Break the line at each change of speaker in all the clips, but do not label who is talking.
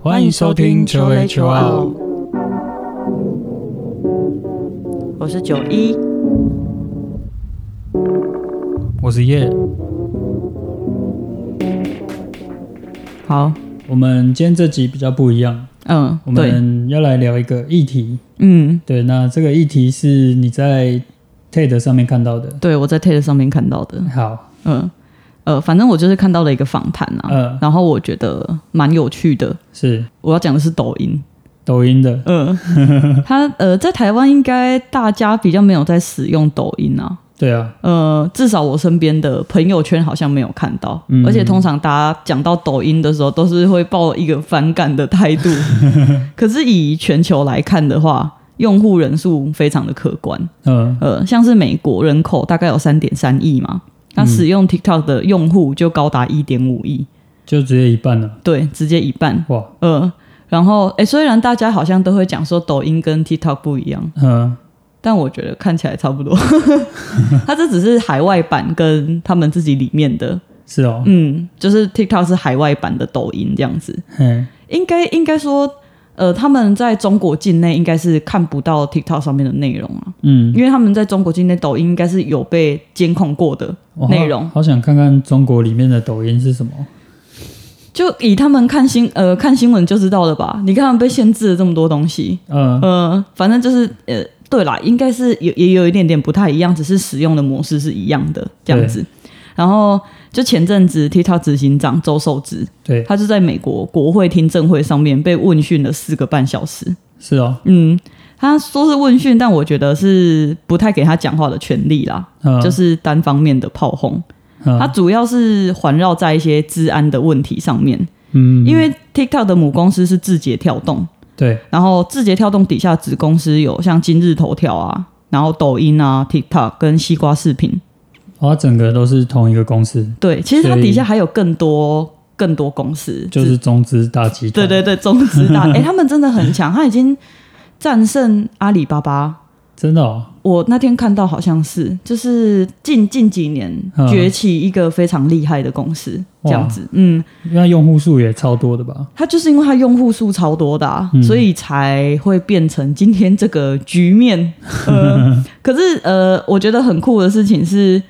欢迎收听求 A 求 O，
我是九一，
我是叶。
好，
我们今天这集比较不一样，
嗯，
我
对，
们要来聊一个议题。
嗯，
对，那这个议题是你在 TED 上面看到的。
对我在 TED 上面看到的，
好，
嗯，呃，反正我就是看到了一个访谈啊，
嗯
然后我觉得蛮有趣的。
是
我要讲的是抖音，
抖音的，
嗯， 它呃，在台湾应该大家比较没有在使用抖音啊，
对啊，
呃，至少我身边的朋友圈好像没有看到，
嗯
而且通常大家讲到抖音的时候，都是会抱一个反感的态度。可是以全球来看的话，用户人数非常的可观，
嗯，
呃，像是美国人口大概有三点三亿嘛，那使用 TikTok 的用户就高达一点五亿，
就直接一半了。
对，直接一半，
哇，
呃。然后，诶，虽然大家好像都会讲说抖音跟 TikTok 不一样，
嗯，
但我觉得看起来差不多。 它这只是海外版跟他们自己里面的，
是哦，
嗯，就是 TikTok 是海外版的抖音这样子。
嗯，
应该应该说，呃，他们在中国境内应该是看不到 TikTok 上面的内容啊，
嗯，
因为他们在中国境内抖音应该是有被监控过的
我好
内容。
好想看看中国里面的抖音是什么。
就以他们看新呃看新闻就知道了吧？你看他们被限制了这么多东西，
嗯，
呃，反正就是呃，对啦，应该是有也有一点点不太一样，只是使用的模式是一样的这样子。然后就前阵子 TikTok 执行长周受之，
对，
他就在美国国会听证会上面被问讯了四个半小时。
是哦，
嗯，他说是问讯，但我觉得是不太给他讲话的权利啦，
嗯，
就是单方面的炮轰。他
嗯
主要是环绕在一些治安的问题上面，
嗯，
因为 TikTok 的母公司是字节跳动，
对，
然后字节跳动底下子公司有像今日头条啊，然后抖音啊、TikTok 跟西瓜视频。
它整个都是同一个公司，
对，其实它
所以
底下还有更多更多公司，
就是中资大集
对
团。
对对，中资 大，哎、他们真的很强，他已经战胜阿里巴巴。
真的哦，
我那天看到好像是，就是近近几年
嗯
崛起一个非常厉害的公司，这样
哇
子，嗯，
那用户数也超多的吧？
它就是因为它用户数超多的、啊，
嗯
所以才会变成今天这个 局面。呃，可是呃，我觉得很酷的事情是，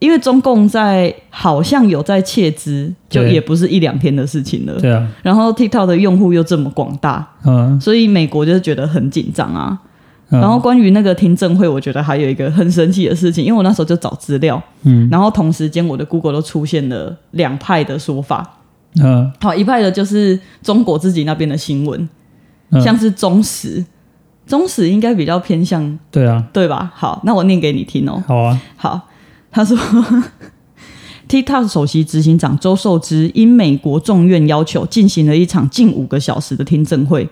因为中共在好像有在窃资，就
对
也不是一两天的事情了。
对啊，
然后 TikTok 的用户又这么广大，
嗯，
所以美国就是觉得很紧张啊。
嗯
然后关于那个听证会，我觉得还有一个很神奇的事情，因为我那时候就找资料，
嗯
然后同时间我的 Google 都出现了两派的说法。
嗯
好，一派的就是中国自己那边的新闻，
嗯，
像是中时，中时应该比较偏向
对啊，
对吧？好，那我念给你听哦。
好啊，
好，他说 TikTok 首席执行长周受之因美国众院要求，进行了一场近五个小时的听证会。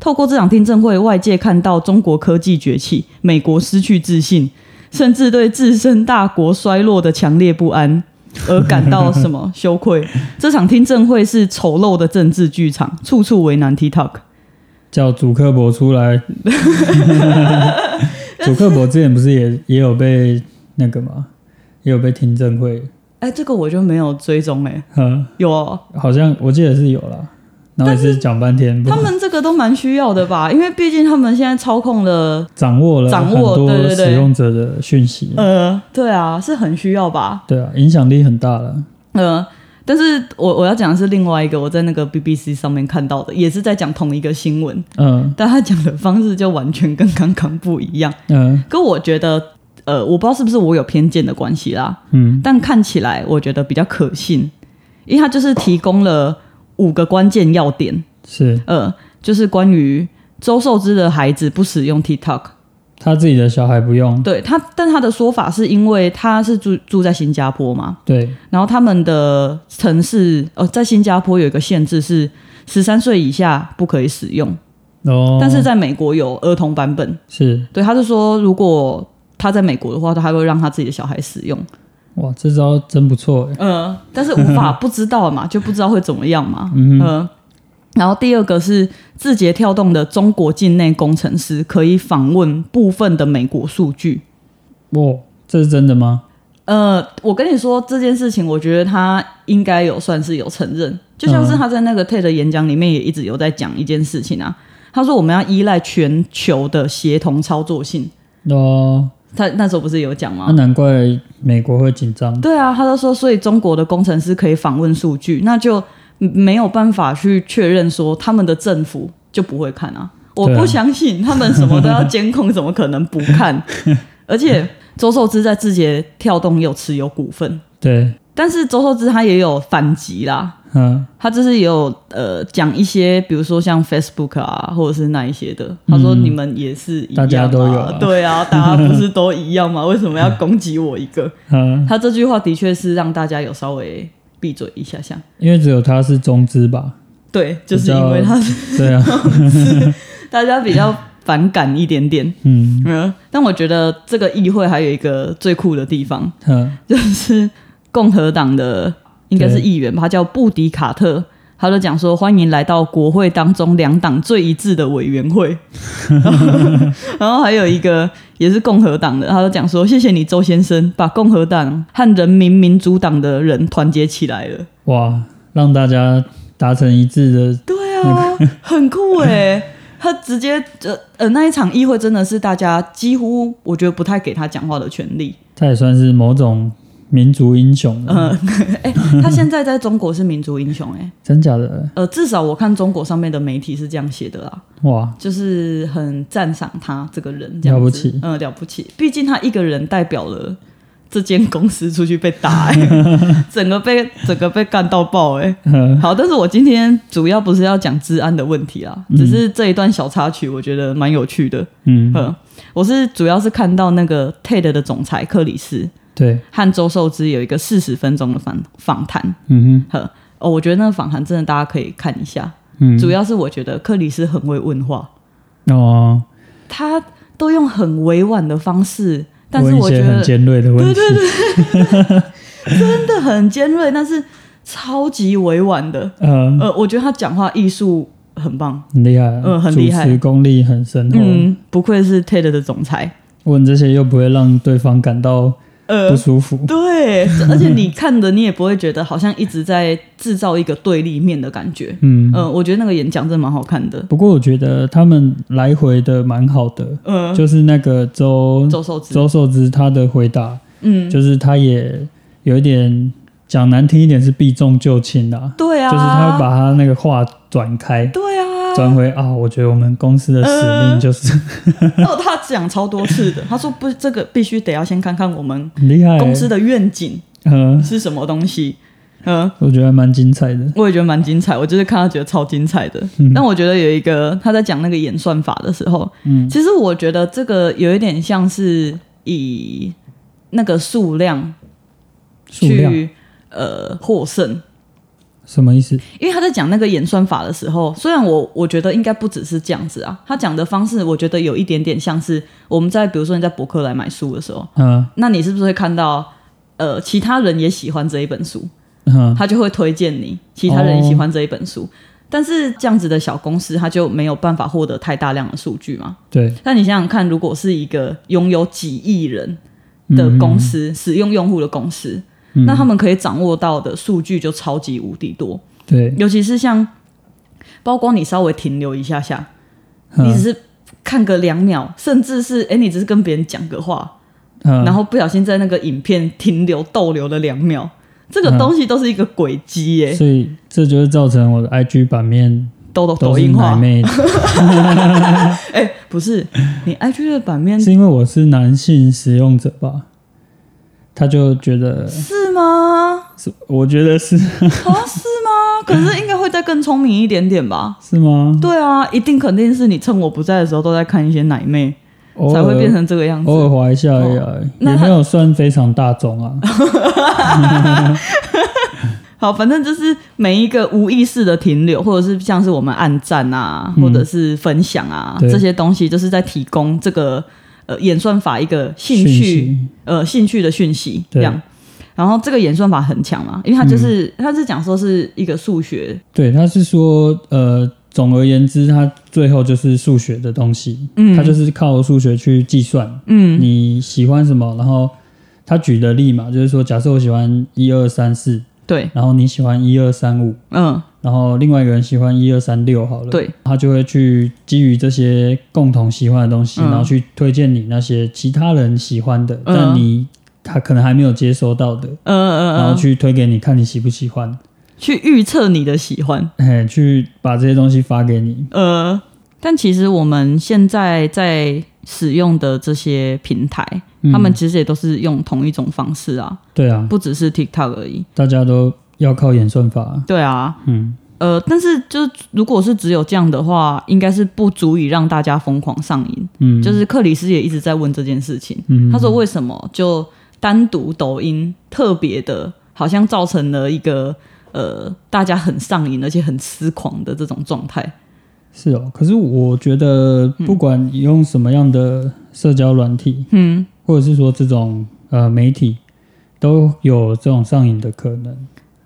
透过这场听证会，外界看到中国科技崛起，美国失去自信，甚至对自身大国衰落的强烈不安。而感到什么羞愧？这场听证会是丑陋的政治剧场，处处为难 TikTok。
叫主克伯出 来。主克伯之前不是也也有被那个嘛，也有被听证会，
哎，这个我就没有追踪哎、
嗯，
有哦
好像我记得是有啦，然后也是讲半天，不
他们这个都蛮需要的吧？因为毕竟他们现在操控了，
掌握了
掌
很
握对
多
对对
使用者的讯息，
呃，对啊，是很需要吧？
对啊，影响力很大了。
呃，但是我我要讲的是另外一个，我在那个 BBC 上面看到的，也是在讲同一个新闻，
嗯
但他讲的方式就完全跟刚刚不一样。
嗯
可我觉得，呃，我不知道是不是我有偏见的关系啦，
嗯，
但看起来我觉得比较可信，因为他就是提供了五个关键要点，
是
呃，就是关于周受之的孩子不使用 TikTok。
他自己的小孩不用，
对他，但他的说法是因为他是住住在新加坡嘛，
对，
然后他们的城市呃，在新加坡有一个限制是十三岁以下不可以使用，
哦，
但是在美国有儿童版本。
是
对，他就说如果他在美国的话，他还会让他自己的小孩使用。
哇，这招真不错欸，
呃，但是无法不知道嘛，就不知道会怎么样嘛。
嗯
呃，然后第二个是字节跳动的中国境内工程师可以访问部分的美国数据。
哇，哦这是真的吗？
呃，我跟你说这件事情，我觉得他应该有算是有承认，就像是他在那个 TED 演讲里面也一直有在讲一件事情啊，他说我们要依赖全球的协同操作性。
哦，
他那时候不是有讲吗？
那啊难怪美国会紧张。
对啊，他就说，所以中国的工程师可以访问数据，那就没有办法去确认说他们的政府就不会看啊。我
对啊
不相信他们什么都要监控，怎么可能不 看？而且周受之在字节跳动也有持有股份，
对，
但是周受之他也有反击啦，
嗯，
他就是也有呃讲一些，比如说像 Facebook 啊，或者是那一些的，他说
嗯
你们也是一样、啊
大家都有啊
对啊，大家不 是都一样吗？为什么要攻击我一个？
嗯，
他这句话的确是让大家有稍微闭嘴一下下。
因为只有他是中资吧？
对，就是因为他 是
对啊，
大家比较反感一点点。
嗯
嗯，但我觉得这个议会还有一个最酷的地方，
嗯，
就是共和党的应该是议员吧，他叫布迪卡特。他就讲说，欢迎来到国会当中两党最一致的委员会。 然后还有一个也是共和党的，他就讲说，谢谢你周先生，把共和党和人民民主党的人团结起来了。
哇，让大家达成一致的，
对 啊，很酷哎、他直接呃呃那一场议会真的是大家几乎我觉得不太给他讲话的权 利。
他也算是某种民族英雄了，
嗯、哎、他现在在中国是民族英雄哎、
真假的？
呃，至少我看中国上面的媒体是这样写的啦，
哇，
就是很赞赏他这个人这
了
样子，
不起
嗯、了不起，毕竟他一个人代表了。这间公司出去被打、哎 整个被整个被干到爆哎、
嗯
好，但是我今天主要不是要讲治安的问题啦，只是这一段小插曲，我觉得蛮有趣的。
嗯，
嗯，我是主要是看到那个 TED 的总裁克里斯
对，
和周受之有一个四十分钟的访访谈。
嗯
呵，哦，我觉得那个访谈真的大家可以看一下。
哼，嗯，
主要是我觉得克里斯很会问话，
哦，
他都用很委婉的方式，但是
问一
我觉
些
得
很尖锐的问题，
真的很尖锐，但是超级委婉的。
嗯，哦
呃，我觉得他讲话艺术很棒。
很厉害，啊
嗯很厉害
主持功力很深厚，
嗯，不愧是 TED 的总裁。
问这些又不会让对方感到
呃
不，舒服，
对，而且你看的你也不会觉得好像一直在制造一个对立面的感觉。
嗯。
嗯、我觉得那个演讲真的蛮好看的。
不过我觉得他们来回的蛮好的，
嗯、
就是那个周
周受之，
周受之他的回答，
嗯，
就是他也有一点讲难听一点是避重就轻啦、
对啊，
就是他会把他那个话转开，
对啊，
转回啊，我觉得我们公司的使
嗯
命就是、
哦，他讲超多次的，他说不，这个必须得要先看看我们
很厉害、欸，
公司的愿景
嗯、
是什么东西。嗯、
我觉得蛮精彩的，
我也觉得蛮精彩，我就是看他觉得超精彩的。但我觉得有一个他在讲那个演算法的时候，
嗯
其实我觉得这个有一点像是以那个数量
数量
去呃获胜。
什么意思？
因为他在讲那个演算法的时候，虽然我我觉得应该不只是这样子啊，他讲的方式我觉得有一点点像是我们在比如说你在博客来买书的时候，
嗯
那你是不是会看到呃其他人也喜欢这一本书，
嗯
他就会推荐你其他人也喜欢这一本书，但是这样子的小公司他就没有办法获得太大量的数据嘛。
对
那你想想看，如果是一个拥有几亿人的公司、使用用户的公司，
嗯
那他们可以掌握到的数据就超级无敌多。
对，
尤其是像，包括你稍微停留一下下，
嗯
你只是看个两秒，甚至是哎、诶你只是跟别人讲个话，
嗯
然后不小心在那个影片停留逗留了两秒，这个
嗯
东西都是一个轨迹耶，
所以这嗯就是造成我的 IG 版面
抖抖
都
哦抖
是
音
奶
化，
妹，
哎、不是， 你 IG 的版面
是因为我是男性使用者吧？他就觉得
是吗？
是，我觉得是？
啊，是吗？可是应该会再更聪明一点点吧
是吗？
对啊，一定肯定是你趁我不在的时候都在看一些奶妹，
偶
才会变
尔
成这个样子。哦
偶尔滑一下而已啊，
那
也
他
没有算非常大众啊。
好，反正就是每一个无意识的停留，或者是像是我们按赞啊，
嗯
或者是分享啊
对
这些东西，就是在提供这个呃演算法一个 兴
讯
趣
息
呃兴趣的讯息这
对嗯
样。然后这个演算法很强嘛，因为它就是、它是讲说是一个数学，
对，他是说呃，总而言之，他最后就是数学的东西，
嗯
他就是靠数学去计算
嗯
你喜欢什么，然后。他举的例嘛，就是说，假设我喜欢一二三四，
对，
然后你喜欢一二三五，
嗯，
然后另外一个人喜欢一二三六好了，
对，
他就会去基于这些共同喜欢的东西，
嗯
然后去推荐你那些其他人喜欢的，
嗯
但你他可能还没有接收到的，
呃呃
然后
呃，
去推给你看你喜不喜欢，
去预测你的喜欢。
嘿，去把这些东西发给你，
呃，但其实我们现在在使用的这些平台，
嗯
他们其实也都是用同一种方式啊，
对啊，
不只是 TikTok 而已。
大家都要靠演算法啊，
对啊，
嗯，
呃，但是就是如果是只有这样的话，应该是不足以让大家疯狂上瘾。
嗯，
就是克里斯也一直在问这件事情，
嗯
他说为什么就单独抖音特别的，好像造成了一个呃大家很上瘾而且很痴狂的这种状态。
是哦，可是我觉得不管你用什么样的社交软体，
嗯，
或者是说这种呃媒体，都有这种上瘾的可能。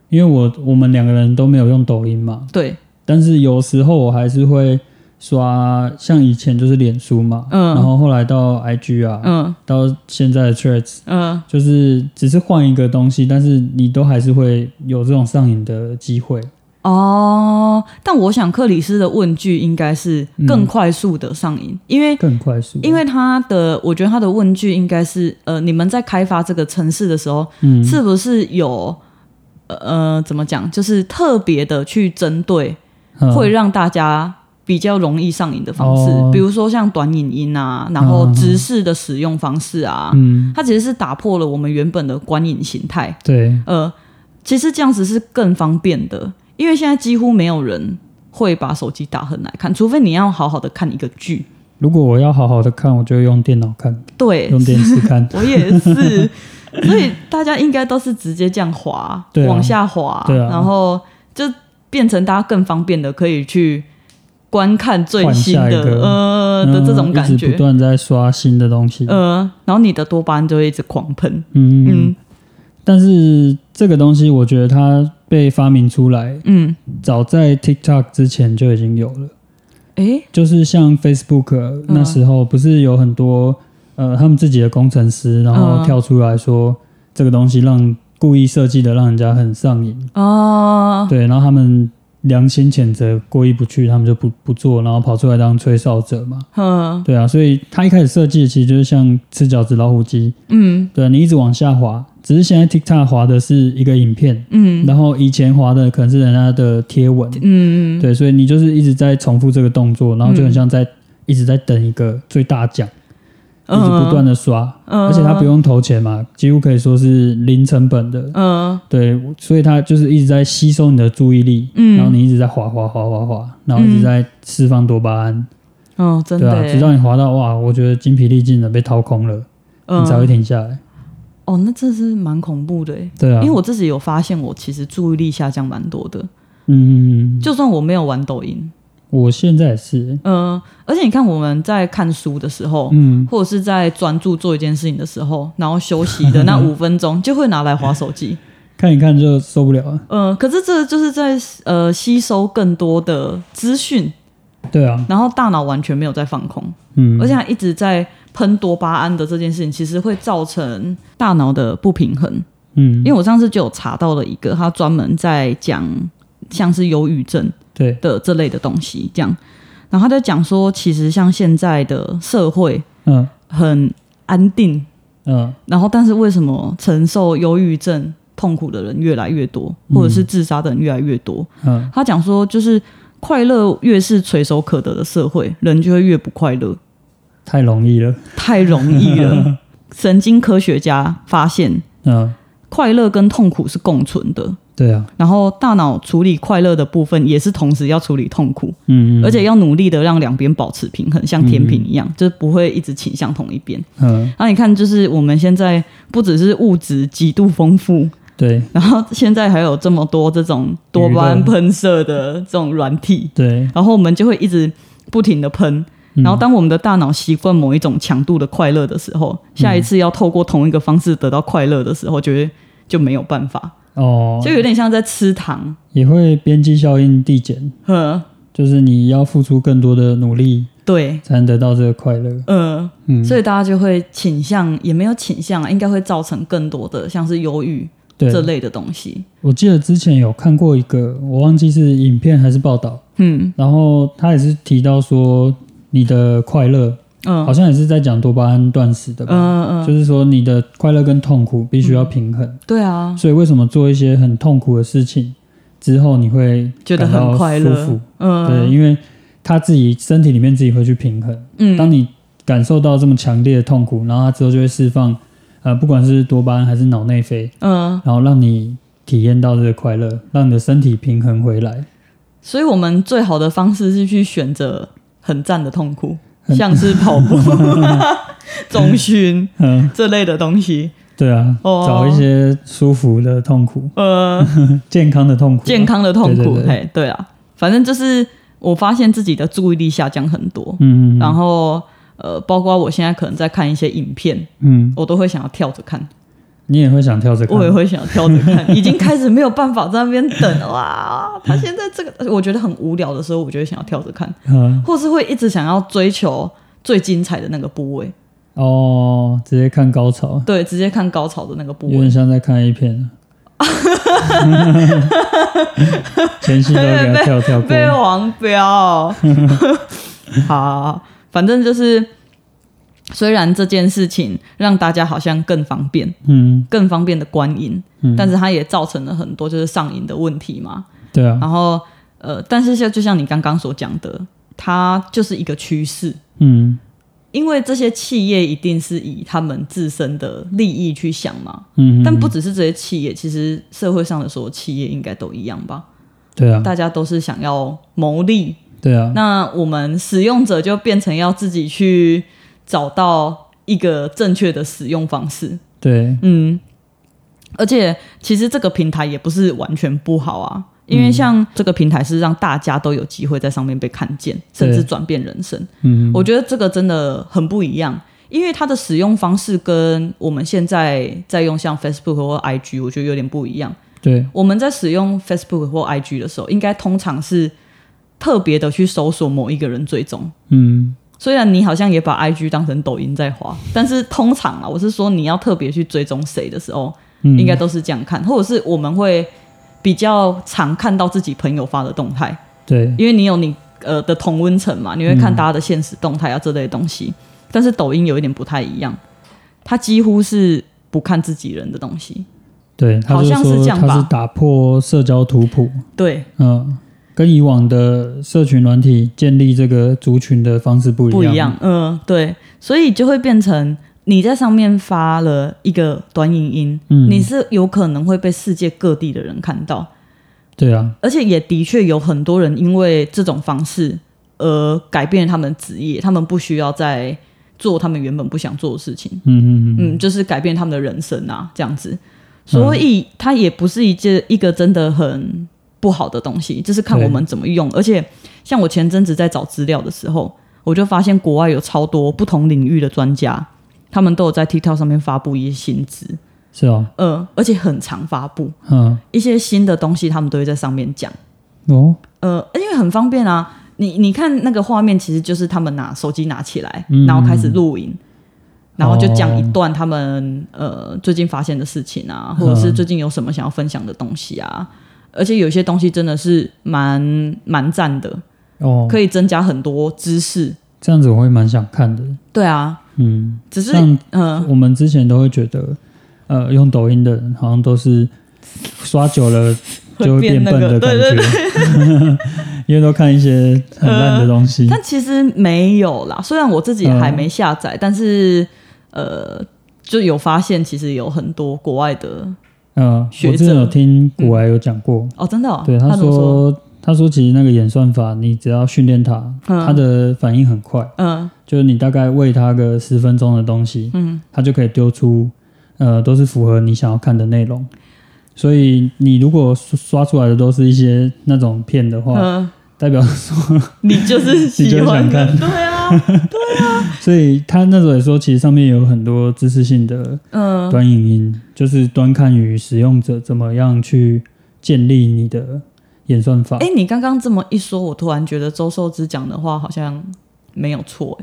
因为我我们两个人都没有用抖音嘛，
对，
但是有时候我还是会刷，像以前就是脸书嘛，
嗯
然后后来到 IG 啊，
嗯
到现在的 Threads，
嗯
就是只是换一个东西，但是你都还是会有这种上瘾的机会。
哦，但我想克里斯的问句应该是更
嗯
快速的上瘾，因为
更快速，
因为他的，我觉得他的问句应该是，呃，你们在开发这个城市的时候，
嗯
是不是有，呃，怎么讲，就是特别的去针对，
嗯
会让大家比较容易上瘾的方式，
哦
比如说像短影音啊，然后
嗯
直视的使用方式啊，
嗯
它其实是打破了我们原本的观影形态。
对
呃，其实这样子是更方便的，因为现在几乎没有人会把手机打横来看，除非你要好好的看一个剧。
如果我要好好的看，我就用电脑看，
对，。
用电视看
我也是，所以大家应该都是直接这样滑，
对啊
往下滑，
对啊
然后就变成大家更方便的可以去观看最新
换下
的
一个
呃的这种感
嗯一直不
觉，
断在刷新的东西。
呃，然后你的多巴胺就会一直狂喷，
嗯，
嗯
但是这个东西，我觉得它被发明出来，
嗯，
早在 TikTok 之前就已经有了。
嗯诶，
就是像
嗯
Facebook 那时候，不是有很多、呃他们自己的工程师，然后
嗯
跳出来说、这个东西让故意设计的，让人家很上瘾。
哦，
对，然后他们良心谴责，过意不去，他们就不不做，然后跑出来当吹哨者嘛。
嗯
对啊，所以他一开始设计的其实就是像吃饺子老虎机，
嗯
对啊你一直往下滑，只是现在 TikTok 滑的是一个影片，
嗯
然后以前滑的可能是人家的贴文，
嗯，
对，所以你就是一直在重复这个动作，然后就很像在、一直在等一个最大奖，一直不断的刷，
嗯
而且它不用投钱嘛，几乎可以说是零成本的，
嗯
对，所以它就是一直在吸收你的注意力，
嗯
然后你一直在滑滑滑滑滑，然后一直在释放多巴胺，
哦，真
对
的
啊，
耶，
直到你滑到哇，我觉得精疲力尽了，被掏空了，你才会
嗯，
停下来，
哦，那这是蛮恐怖的耶，欸
对啊，
因为我自己有发现，我其实注意力下降蛮多的。
嗯，
就算我没有玩抖音，
我现在也是，
嗯、而且你看我们在看书的时候，
嗯，
或者是在专注做一件事情的时候，然后休 息的那五分钟就会拿来划手机。
看一看就受不了了，
嗯、可是这就是在呃吸收更多的资讯，
对啊，
然后大脑完全没有在放空，
嗯，
而且它一直在喷多巴胺的这件事情，其实会造成大脑的不平衡。
嗯，
因为我上次就有查到了一个，他专门在讲像是忧郁症。
对，
的这类的东西，这样。然后他在讲说，其实像现在的社会
嗯
很安定，
嗯
然后但是为什么承受忧郁症痛苦的人越来越多，或者是自杀的人越来越多？
嗯，
他讲说，就是快乐越是垂手可得的社会，人就会越不快乐，
太容易了，
太容易了。神经科学家发现，
嗯，
快乐跟痛苦是共存的，
对啊，
然后大脑处理快乐的部分，也是同时要处理痛苦。
嗯，嗯
而且要努力的让两边保持平衡，像天平一样，就是不会一直倾向同一边。
嗯，
那你看，就是我们现在不只是物质极度丰富，
对
然后现在还有这么多这种多巴胺喷射的这种软体，
对，
然后我们就会一直不停的喷。
嗯
然后，当我们的大脑习惯某一种强度的快乐的时候，下一次要透过同一个方式得到快乐的时候，就会就没有办法，
哦
就，有点像在吃糖。
也会边际效应递减，
呃，
就是你要付出更多的努力
对，
才能得到这个快乐，
呃，
嗯，
所以大家就会倾向，也没有倾向啊，应该会造成更多的像是忧郁
对
这类的东西。
我记得之前有看过一个，我忘记是影片还是报道，
嗯
然后他也是提到说你的快乐，
嗯
好像也是在讲多巴胺断食的
嗯
吧，
嗯
就
嗯，
是说你的快乐跟痛苦必须要平衡。
对啊，
所以为什么做一些很痛苦的事情之后，你会
觉得
感到
很快乐
舒服？对，
嗯
因为他自己身体里面自己会去平衡。当
嗯
你感受到这么强烈的痛苦，然后它之后就会释放，呃，不管是多巴胺还是脑内啡，
嗯，
然后让你体验到这个快乐，让你的身体平衡回来。
所以我们最好的方式是去选择很赞的痛苦，
很
像是跑 步、中训
嗯，
这类的东西。
对啊，
哦
找一些舒服的痛苦，
呃，
健康的痛苦，啊
健。康的痛
对
苦，
对对
嘿，对啊，反正就是我发现自己的注意力下降很多，
嗯
然后呃，包括我现在可能在看一些影片，
嗯，
我都会想要跳着看，
你也会想跳这个？
我也会想要跳着看，已经开始没有办法在那边等了哇。他现在这个我觉得很无聊的时候，我就会想要跳着看，
嗯
或是会一直想要追求最精彩的那个部位，
哦，直接看高潮，
对，直接看高潮的那个部
有点
位。
像在看 A 片。前戏都会给他跳跳
被
过，
黄标。 好，反正就是，虽然这件事情让大家好像更方便、
嗯，
更方便的观影，
嗯
但是它也造成了很多就是上瘾的问题嘛。
对啊，
然后，呃，但是像就像你刚刚所讲的，它就是一个趋势。
嗯
因为这些企业一定是以他们自身的利益去想嘛，
嗯，
但不只是这些企业，其实社会上的所有企业应该都一样吧？
对啊，
大家都是想要谋利，
对啊，
那我们使用者就变成要自己去找到一个正确的使用方式。
对，
嗯，而且其实这个平台也不是完全不好啊，因为像这个平台是让大家都有机会在上面被看见，甚至
对
转变人生。
嗯，
我觉得这个真的很不一样。因为它的使用方式跟我们现在在用像 Facebook 或 IG，我觉得有点不一样。
对，
我们在使用 Facebook 或 IG 的时候，应该通常是特别的去搜索某一个人追踪。
嗯，
虽然你好像也把 IG 当成抖音在滑，但是通常啊，我是说你要特别去追踪谁的时候，
嗯
应该都是这样看，或者是我们会比较常看到自己朋友发的动态，
对，
因为你有你呃的同温层嘛，你会看大家的现实动态啊这类东西。但是抖音有一点不太一样，它几乎是不看自己人的东西。
对，他
好
就
像是
说
这样
他
吧
是打破社交图谱，
对，
嗯，跟以往的社群软体建立这个族群的方式不一样，
不一样，，嗯，对，所以就会变成你在上面发了一个短影音，
嗯
你是有可能会被世界各地的人看到，
对啊，
而且也的确有很多人因为这种方式而改变他们的职业，他们不需要再做他们原本不想做的事情，
嗯嗯嗯，
嗯，就是改变他们的人生啊，这样子，所以它也不是一件一个真的很不好的东西，就是看
对
我们怎么用。而且，像我前阵子在找资料的时候，我就发现国外有超多不同领域的专家，他们都有在 TikTok 上面发布一些新知，
是哦，
呃，而且很常发布
嗯，
一些新的东西，他们都会在上面讲，
哦，
呃，因为很方便啊。你你看那个画面，其实就是他们拿手机拿起来，
嗯
然后开始录影，然后就讲
哦
一段他们、呃最近发现的事情啊，或者是
嗯
最近有什么想要分享的东西啊。而且有些东西真的是蛮蛮赞的，
哦，
可以增加很多知识。
这样子我会蛮想看的，
对啊，
嗯，
只是
像
嗯、呃
我们之前都会觉得，呃，用抖音的人好像都是刷久了就会变笨的 感
会变那个对
觉， 因为都看一些很烂的东西。
但其实没有啦。虽然我自己还没下载，
嗯
但是呃，就有发现其实有很多国外的
嗯，
学
我之前
者
有听古埃有讲过，
哦，真的、哦，
对他
怎么说，
说，他说其实那个演算法，你只要训练它，
嗯
它的反应很快，
嗯
就是你大概喂它个十分钟的东西，
嗯，
它就可以丢出，呃，都是符合你想要看的内容。所以你如果刷刷出来的都是一些那种片的话，
嗯，
代表说，
你就是喜欢
你就
的，
是想看
对 啊，
所以他那时候也说，其实上面有很多知识性的
嗯，
短影音，就是端看与使用者怎么样去建立你的演算法。
哎、你刚刚这么一说，我突然觉得周寿之讲的话好像没有错、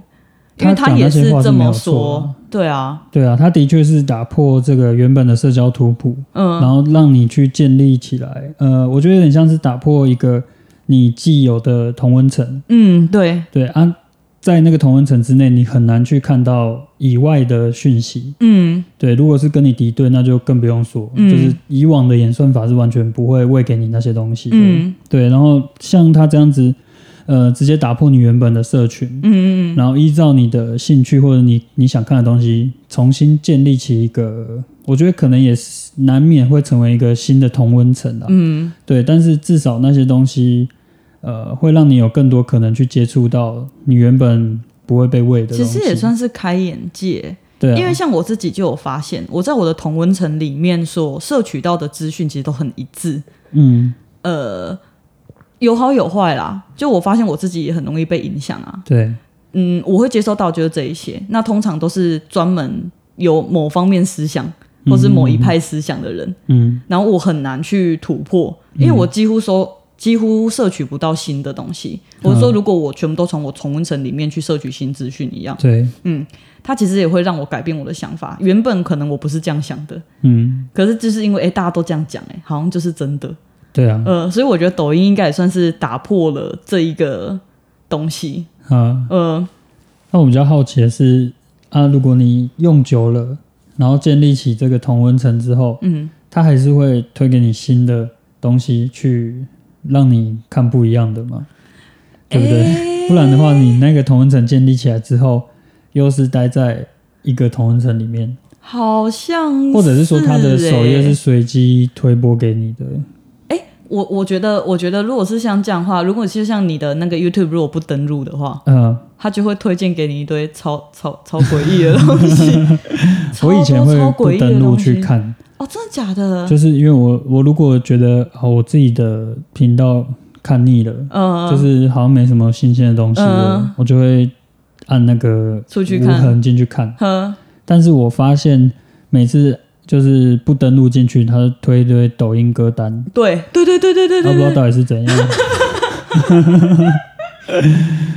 欸，因为他
讲
也
那些
是
话
这
没有
么
错啊
说。，对啊，
对啊，他的确是打破这个原本的社交图谱，
嗯，
然后让你去建立起来。呃，我觉得有点像是打破一个你既有的同温层，
嗯，对，
对啊，在那个同温层之内，你很难去看到以外的讯息。
嗯，
对，如果是跟你敌对，那就更不用说，
嗯
就是以往的演算法是完全不会喂给你那些东西的。
嗯，
对，然后像他这样子，呃，直接打破你原本的社群，
嗯，嗯，
然后依照你的兴趣或者你你想看的东西，重新建立起一个，我觉得可能也是难免会成为一个新的同温层啦。
嗯，
对，但是至少那些东西，呃，会让你有更多可能去接触到你原本不会被喂的东
其
西。
实也算是开眼界，
对、啊，
因为像我自己就有发现，我在我的同温层里面所摄取到的资讯其实都很一致，
嗯，
呃，有好有坏啦。就我发现我自己也很容易被影响啊。
对，
嗯，我会接收到就是这一些，那通常都是专门有某方面思想或是某一派思想的人，
嗯
然后我很难去突破，因为我几乎收。几乎摄取不到新的东西。我是说，如果我全部都从我重温层里面去摄取新资讯一样，
对，
它其实也会让我改变我的想法。原本可能我不是这样想的，
嗯，
可是就是因为诶哎大家都这样讲，诶，好像就是真的。
对啊，
呃，所以我觉得抖音应该也算是打破了这一个东西。
啊，
呃，
那我比较好奇的是，啊，如果你用久了，然后建立起这个同温层之后，
嗯，
它还是会推给你新的东西去让你看不一样的嘛，对不对？
诶
不然的话，你那个同温层建立起来之后，又是待在一个同温层里面，
好像
或者是说它的
诶
首页是随机推播给你的，
我我觉得，我觉得如果是像这样的话，如果就像你的那个 YouTube 如果不登录的话，
呃，。
它就会推荐给你一堆超超超诡异的东西
我以前
超多
会
超
不
诡异的
登录
东
去
西
看，
哦，真的假的？
就是因为我我如果觉得啊我自己的频道看腻了，
呃，
就是好像没什么新鲜的东西了，
嗯
我就会按那个
出去
无
看
痕进去看。
呵，
但是我发现每次就是不登录进去，它就推一堆抖音歌单，
对对对对对对
他不知道
对对
到底是怎样，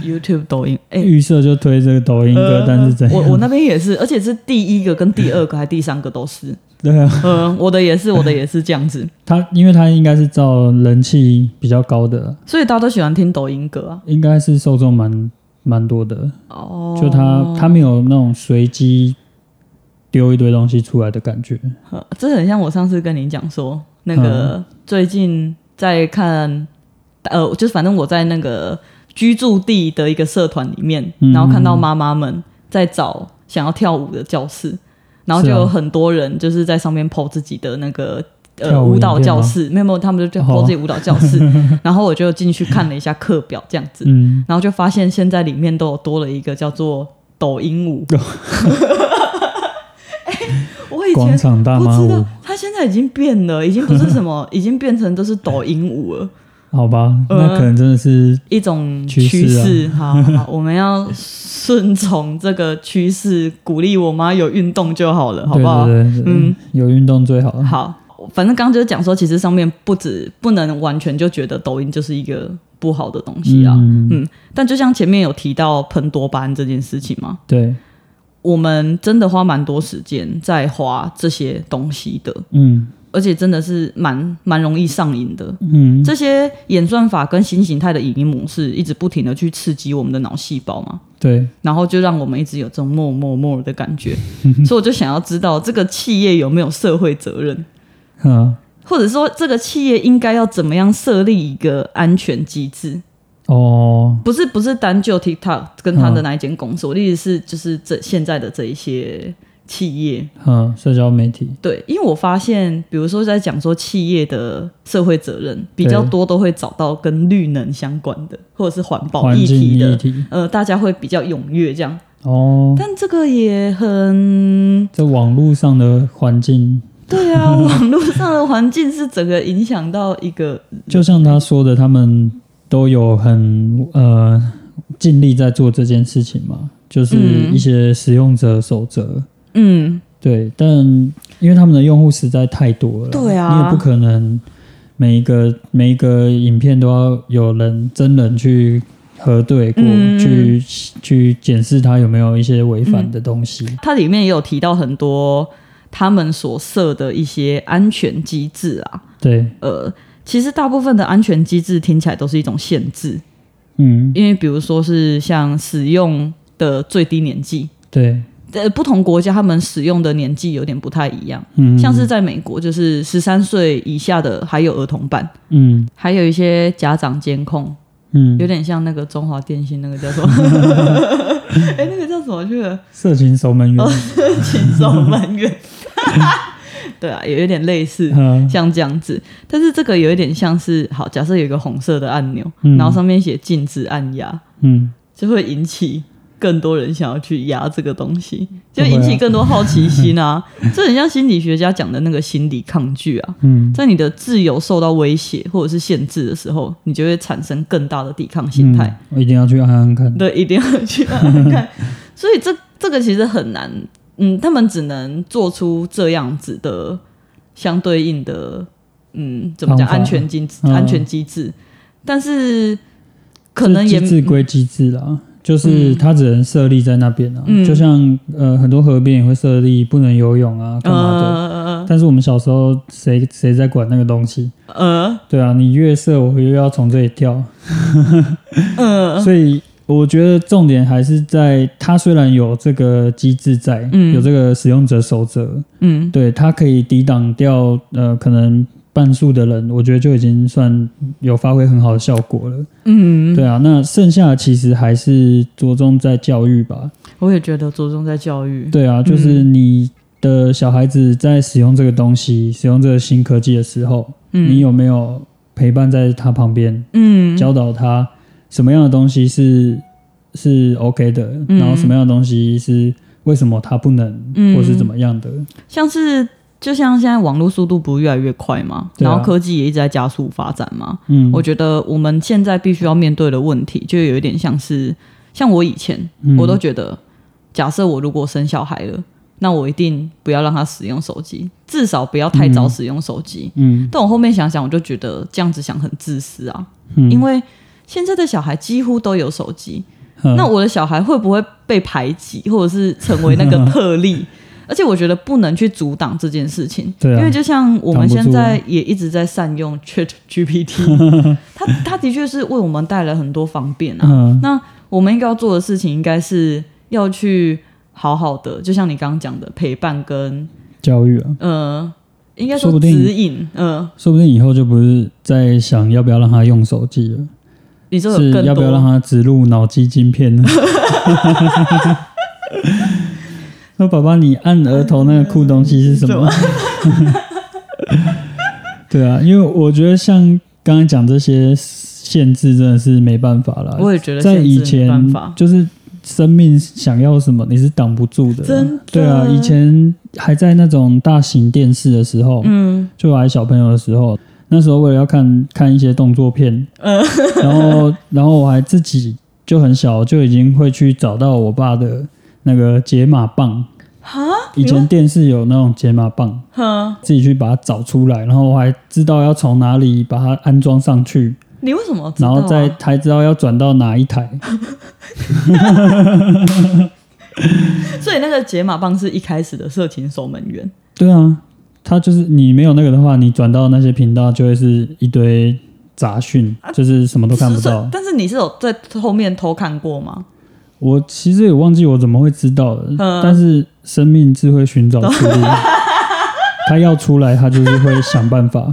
，YouTube 抖音，哎、
预设就推这个抖音歌单是怎样。
我我那边也是，而且是第一个跟第二个还第三个都是，
对啊，
嗯，我的也是，我的也是这样子，
他因为他应该是照人气比较高的，
所以大家都喜欢听抖音歌啊。
应该是受众蛮蛮多的，
哦，
就他他没有那种随机丢一堆东西出来的感觉。
呃这很像我上次跟你讲说，那
嗯
个最近在看，呃，就是反正我在那个居住地的一个社团里面，
嗯
然后看到妈妈们在找想要跳舞的教室，然后就是
啊
有很多人就是在上面 PO 自己的那个。呃，
跳舞影片吗
舞蹈教室没有没有，他们就就
哦
PO 自己舞蹈教室， 然后我就进去看了一下课表，这样子，
嗯，
然后就发现现在里面都有多了一个叫做抖音舞。哎、我以
广
前
场大
不
妈
知道
舞，，
它现在已经变了，已经不是什么， 已经变成都是抖音舞了，
好吧，
呃
那可能真的是
一种
趋势啊
趋势。好好好，我们要顺从这个趋势，鼓励我妈有运动就好了，好
对
不好？
对对，
嗯
嗯，有运动最好。
好，反正刚刚就是讲说，其实上面不止不能完全就觉得抖音就是一个不好的东西啊。
嗯，
但就像前面有提到喷多巴胺这件事情嘛，
对，
我们真的花蛮多时间在花这些东西的，
嗯
而且真的是蛮蛮容易上瘾的。
嗯，
这些演算法跟新形态的影音模式一直不停的去刺激我们的脑细胞嘛，
对，
然后就让我们一直有这种默默默的感觉。所以我就想要知道，这个企业有没有社会责任，
嗯，
或者说这个企业应该要怎么样设立一个安全机制？
哦，
不是不是单就 TikTok 跟他的那一间公司，我的意思是就是这现在的这一些企业，
嗯，社交媒体，
对，因为我发现，比如说在讲说企业的社会责任比较
对
多，都会找到跟绿能相关的，或者是环保
环
议
境
题
议
的，
题，
呃，大家会比较踊跃这样。
哦，
但这个也很
在网络上的环境，
对啊，网络上的环境是整个影响到一个，
就像他说的，他们都有很呃尽力在做这件事情嘛，就是
嗯
一些使用者守则。
嗯，
对，但因为他们的用户实在太多了，
对啊
你也不可能每一个每一个影片都要有人真人去核对过，
嗯
去去检视它有没有一些违反的东西。
它里面也有提到很多他们所设的一些安全机制啊，
对，
呃，其实大部分的安全机制听起来都是一种限制，
嗯，
因为比如说是像使用的最低年纪，
对，
呃，不同国家他们使用的年纪有点不太一样，
嗯，
像是在美国就是十三岁以下的还有儿童版，
嗯
还有一些家长监控，
嗯
有，点像那个中华电信那个叫什 么？哎、那个叫什么去了？
社群守门
哦
员，
禽兽蛮远， 对啊，有一点类似。
嗯
像这样子，但是这个有一点像是，好，假设有一个红色的按钮，
嗯
然后上面写禁止按压，
嗯，
就会引起更多人想要去压这个东西，就
会啊
引起更多好奇心啊。 这很像心理学家讲的那个心理抗拒啊，
嗯
在你的自由受到威胁或者是限制的时候，你就会产生更大的抵抗心态。
嗯我一定要去按按看。
对，一定要去看看。 所以这这个其实很难，嗯，他们只能做出这样子的相对应的，嗯，怎么讲
方法
安全机制、
嗯
安全机制，但是可能
这
也
机制归机制啦，就是它只能设立在那边啊。
嗯
就像呃，很多河边也会设立不能游泳啊，干嘛的。
呃
但是我们小时候谁谁在管那个东西？
呃
对啊，你越设，我又要从这里 跳。
呃，
所以我觉得重点还是在它虽然有这个机制在，
嗯
有这个使用者守则，
嗯，
对它可以抵挡掉呃可能半数的人，我觉得就已经算有发挥很好的效果了。
嗯，
对啊，那剩下的其实还是着重在教育吧。
我也觉得着重在教育，
对啊，就是你的小孩子在使用这个东西、使用这个新科技的时候，
嗯
你有没有陪伴在他旁边，
嗯，
教导他什么样的东西是是 OK 的，
嗯
然后什么样的东西是为什么他不能，
嗯
或是怎么样的？
像是。就像现在网络速度不是越来越快嘛，
对啊
然后科技也一直在加速发展嘛，
嗯，
我觉得我们现在必须要面对的问题，就有一点像是，像我以前，
嗯
我都觉得，假设我如果生小孩了，那我一定不要让他使用手机，至少不要太早使用手机。
嗯
但我后面想想，我就觉得这样子想很自私啊，
嗯，
因为现在的小孩几乎都有手机，
嗯
那我的小孩会不会被排挤，或者是成为那个特 例？而且我觉得不能去阻挡这件事情，
对啊
因为就像我
挡不
们
住啊
现在也一直在善用 Chat GPT，它它的确是为我们带来很多方便啊。
嗯
那我们应该要做的事情，应该是要去好好的，就像你刚刚讲的陪伴跟
教育啊，
呃，应该
说
说
不定
指引，呃，
说不定以后就不是在想要不要让他用手机了。
你说
是
有更
要不要让
多
他植入脑机晶片呢？说宝宝，你按额头那个酷东西是什么？对啊，因为我觉得像刚刚讲这些限制，真的是没办法啦。
我也觉得
在
限制
以
没
前
办法，
就是生命想要什么，你是挡不住的啊。
真的
对啊，以前还在那种大型电视的时候，
嗯
就我还小朋友的时候，那时候为了要看看一些动作片，
嗯
然后然后我还自己就很小就已经会去找到我爸的那个解码棒，
哈，
以前电视有那种解码棒，
哈，
自己去把它找出来，然后我还知道要从哪里把它安装上去，
你为什么知道
然
啊、
后再才知道要转到哪一台。
所以那个解码棒是一开始的色情守门员，
对啊，它就是你没有那个的话，你转到那些频道就会是一堆杂讯，
啊
就是什么都看不
是
到
是。但是你是有在后面偷看过吗？
我其实也忘记我怎么会知道的，
嗯
但是生命智慧寻找出 路，它要出来，它就是会想办法。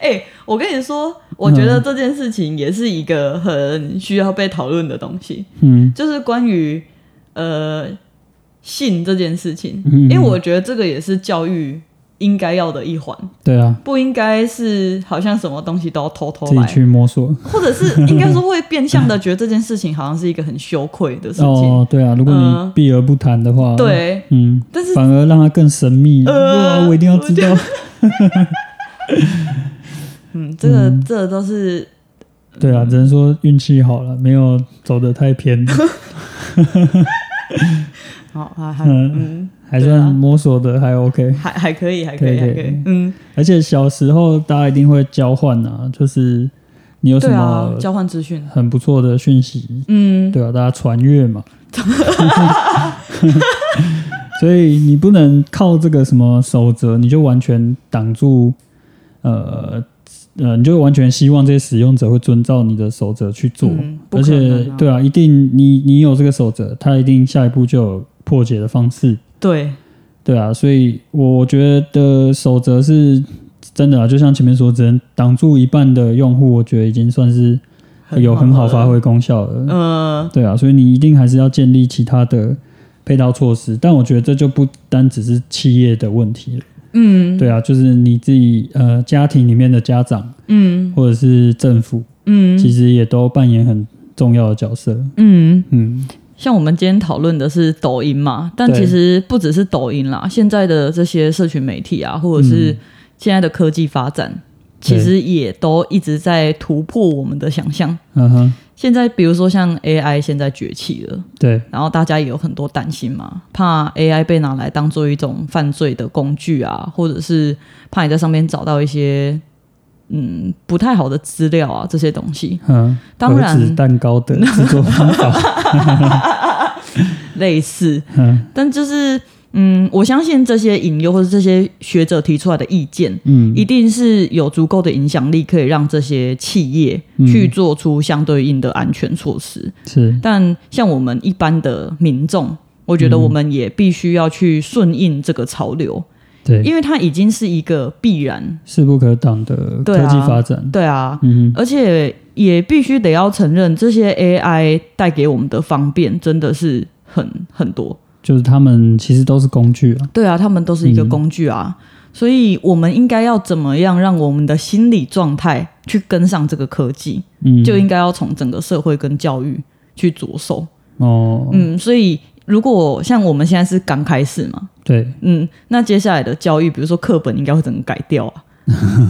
哎、我跟你说，我觉得这件事情也是一个很需要被讨论的东西，
嗯
就是关于呃性这件事情，
嗯，
因为我觉得这个也是教育应该要的一环，
对啊，
不应该是好像什么东西都要偷偷
自己
来，
去摸索。
或者是应该说会变相的觉得这件事情好像是一个很羞愧的事 情，
哦，对啊，如果你
嗯
避而不谈的话，，
对，
嗯，
但是
反而让它更神秘。
呃
哇，我一定要知道。
嗯，这个、这个都是
对啊，只能说运气好了，没有走得太 偏，
啊好，还还嗯，
还
对啊
算摸索的还 OK。
还还可以，还可
可
以，
以
还可
可以
以，嗯
而且小时候大家一定会交换啊，就是你有什
对啊
么，
交换资讯，
很不错的讯息，
嗯，
对啊，大家传阅嘛。 所以你不能靠这个什么守则，你就完全挡住，呃呃，你就完全希望这些使用者会遵照你的守则去做，
嗯不
而
可
且
能啊
对啊，一定你你有这个守则，他一定下一步就有破解的方式，
对，
对啊，所以我觉得守则是真的啊，就像前面说，只能挡住一半的用户，我觉得已经算是有很好发
了，
挥功效了。
呃，
对啊，所以你一定还是要建立其他的配套措施，但我觉得这就不单只是企业的问题了。
嗯，
对啊，就是你自己呃家庭里面的家长
嗯
或者是政府，
嗯
其实也都扮演很重要的角色。
嗯，
嗯，
像我们今天讨论的是抖音嘛，但
对
其实不只是抖音啦，现在的这些社群媒体啊，或者是
嗯
现在的科技发展，其实也都一直在突破我们的想象。
嗯哼，
现在比如说像 AI 现在崛起了，
对，
然后大家也有很多担心嘛，怕 AI 被拿来当做一种犯罪的工具啊，或者是怕你在上面找到一些嗯不太好的资料啊这些东西，
嗯，
当
盒
然
子蛋糕的制作方 法，
类似。
嗯
但就是嗯，我相信这些引诱或者这些学者提出来的意见，
嗯
一定是有足够的影响力，可以让这些企业
嗯
去做出相对应的安全措施。
是，
但像我们一般的民众，我觉得我们也必须要去顺应这个潮流，
对，
因为它已经是一个必然。
势不可挡的
对啊
科技发展。
对啊，
嗯哼，
而且也必须得要承认，这些 AI 带给我们的方便真的是很很多。
就是他们其实都是工具啊。
对啊，他们都是一个工具啊。所以，我们应该要怎么样让我们的心理状态去跟上这个科技？
嗯，
就应该要从整个社会跟教育去着手。
哦，
嗯，所以如果像我们现在是刚开始嘛，
对，
嗯，那接下来的教育，比如说课本，应该会整个改掉啊，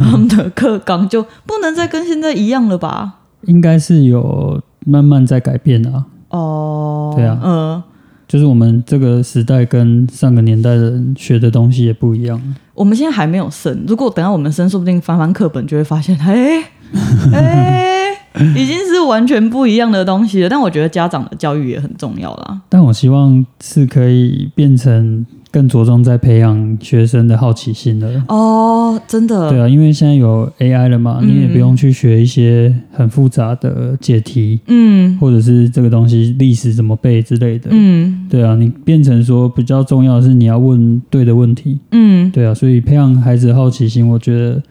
他们的课纲就不能再跟现在一样了吧？
应该是有慢慢在改变啊。
哦，
对啊
嗯、
就是我们这个时代跟上个年代的人学的东西也不一样。
我们现在还没有升，如果等到我们升，说不定翻翻课本就会发现，哎、 哎、已经是完全不一样的东西了。但我觉得家长的教育也很重要啦。
但我希望是可以变成更着重在培养学生的好奇心的。
哦，真
对
的，
啊，因为现在有 AI 了嘛，
嗯
你也不用去学一些很复杂的解题，
嗯
或者是这个东西历史怎么背之类的。
嗯
对啊，你变成说比较重要的是你要问对的问题。
嗯，
对啊，所以培养孩子的好奇心，我觉得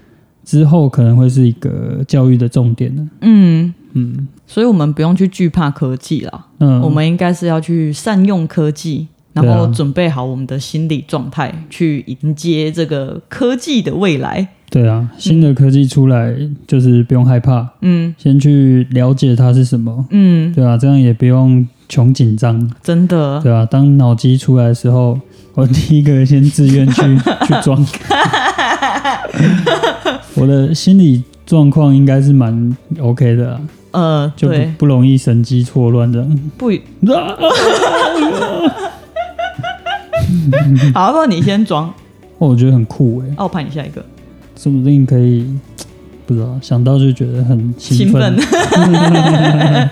之后可能会是一个教育的重点呢。
嗯，
嗯，
所以我们不用去惧怕科技啦。
那
我们应该是要去善用科技，然
嗯对啊
后准备好我们的心理状态，去迎接这个科技的未来。
对啊，新的科技出来就是不用害怕，
嗯
先去了解它是什么，
嗯，
对啊，这样也不用穷紧张，
真的，
对啊，当脑机出来的时候，我第一个先自愿 去去装，我的心理状况应该是蛮 OK 的啊、
呃，
就不
对，
不容易神机错乱的。
不，
啊
好，要不然你先装，
哦我觉得很酷诶、
啊我拍你下一个，
说不定可以，不知道想到就觉得很兴
兴嗯
奋，
奋。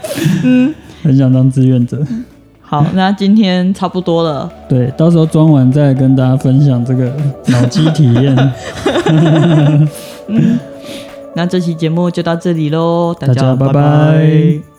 很想当志愿者。
好，
嗯
那今天差不多了，
对，到时候装完再跟大家分享这个脑机体验。
那这期节目就到这里喽，
大家拜拜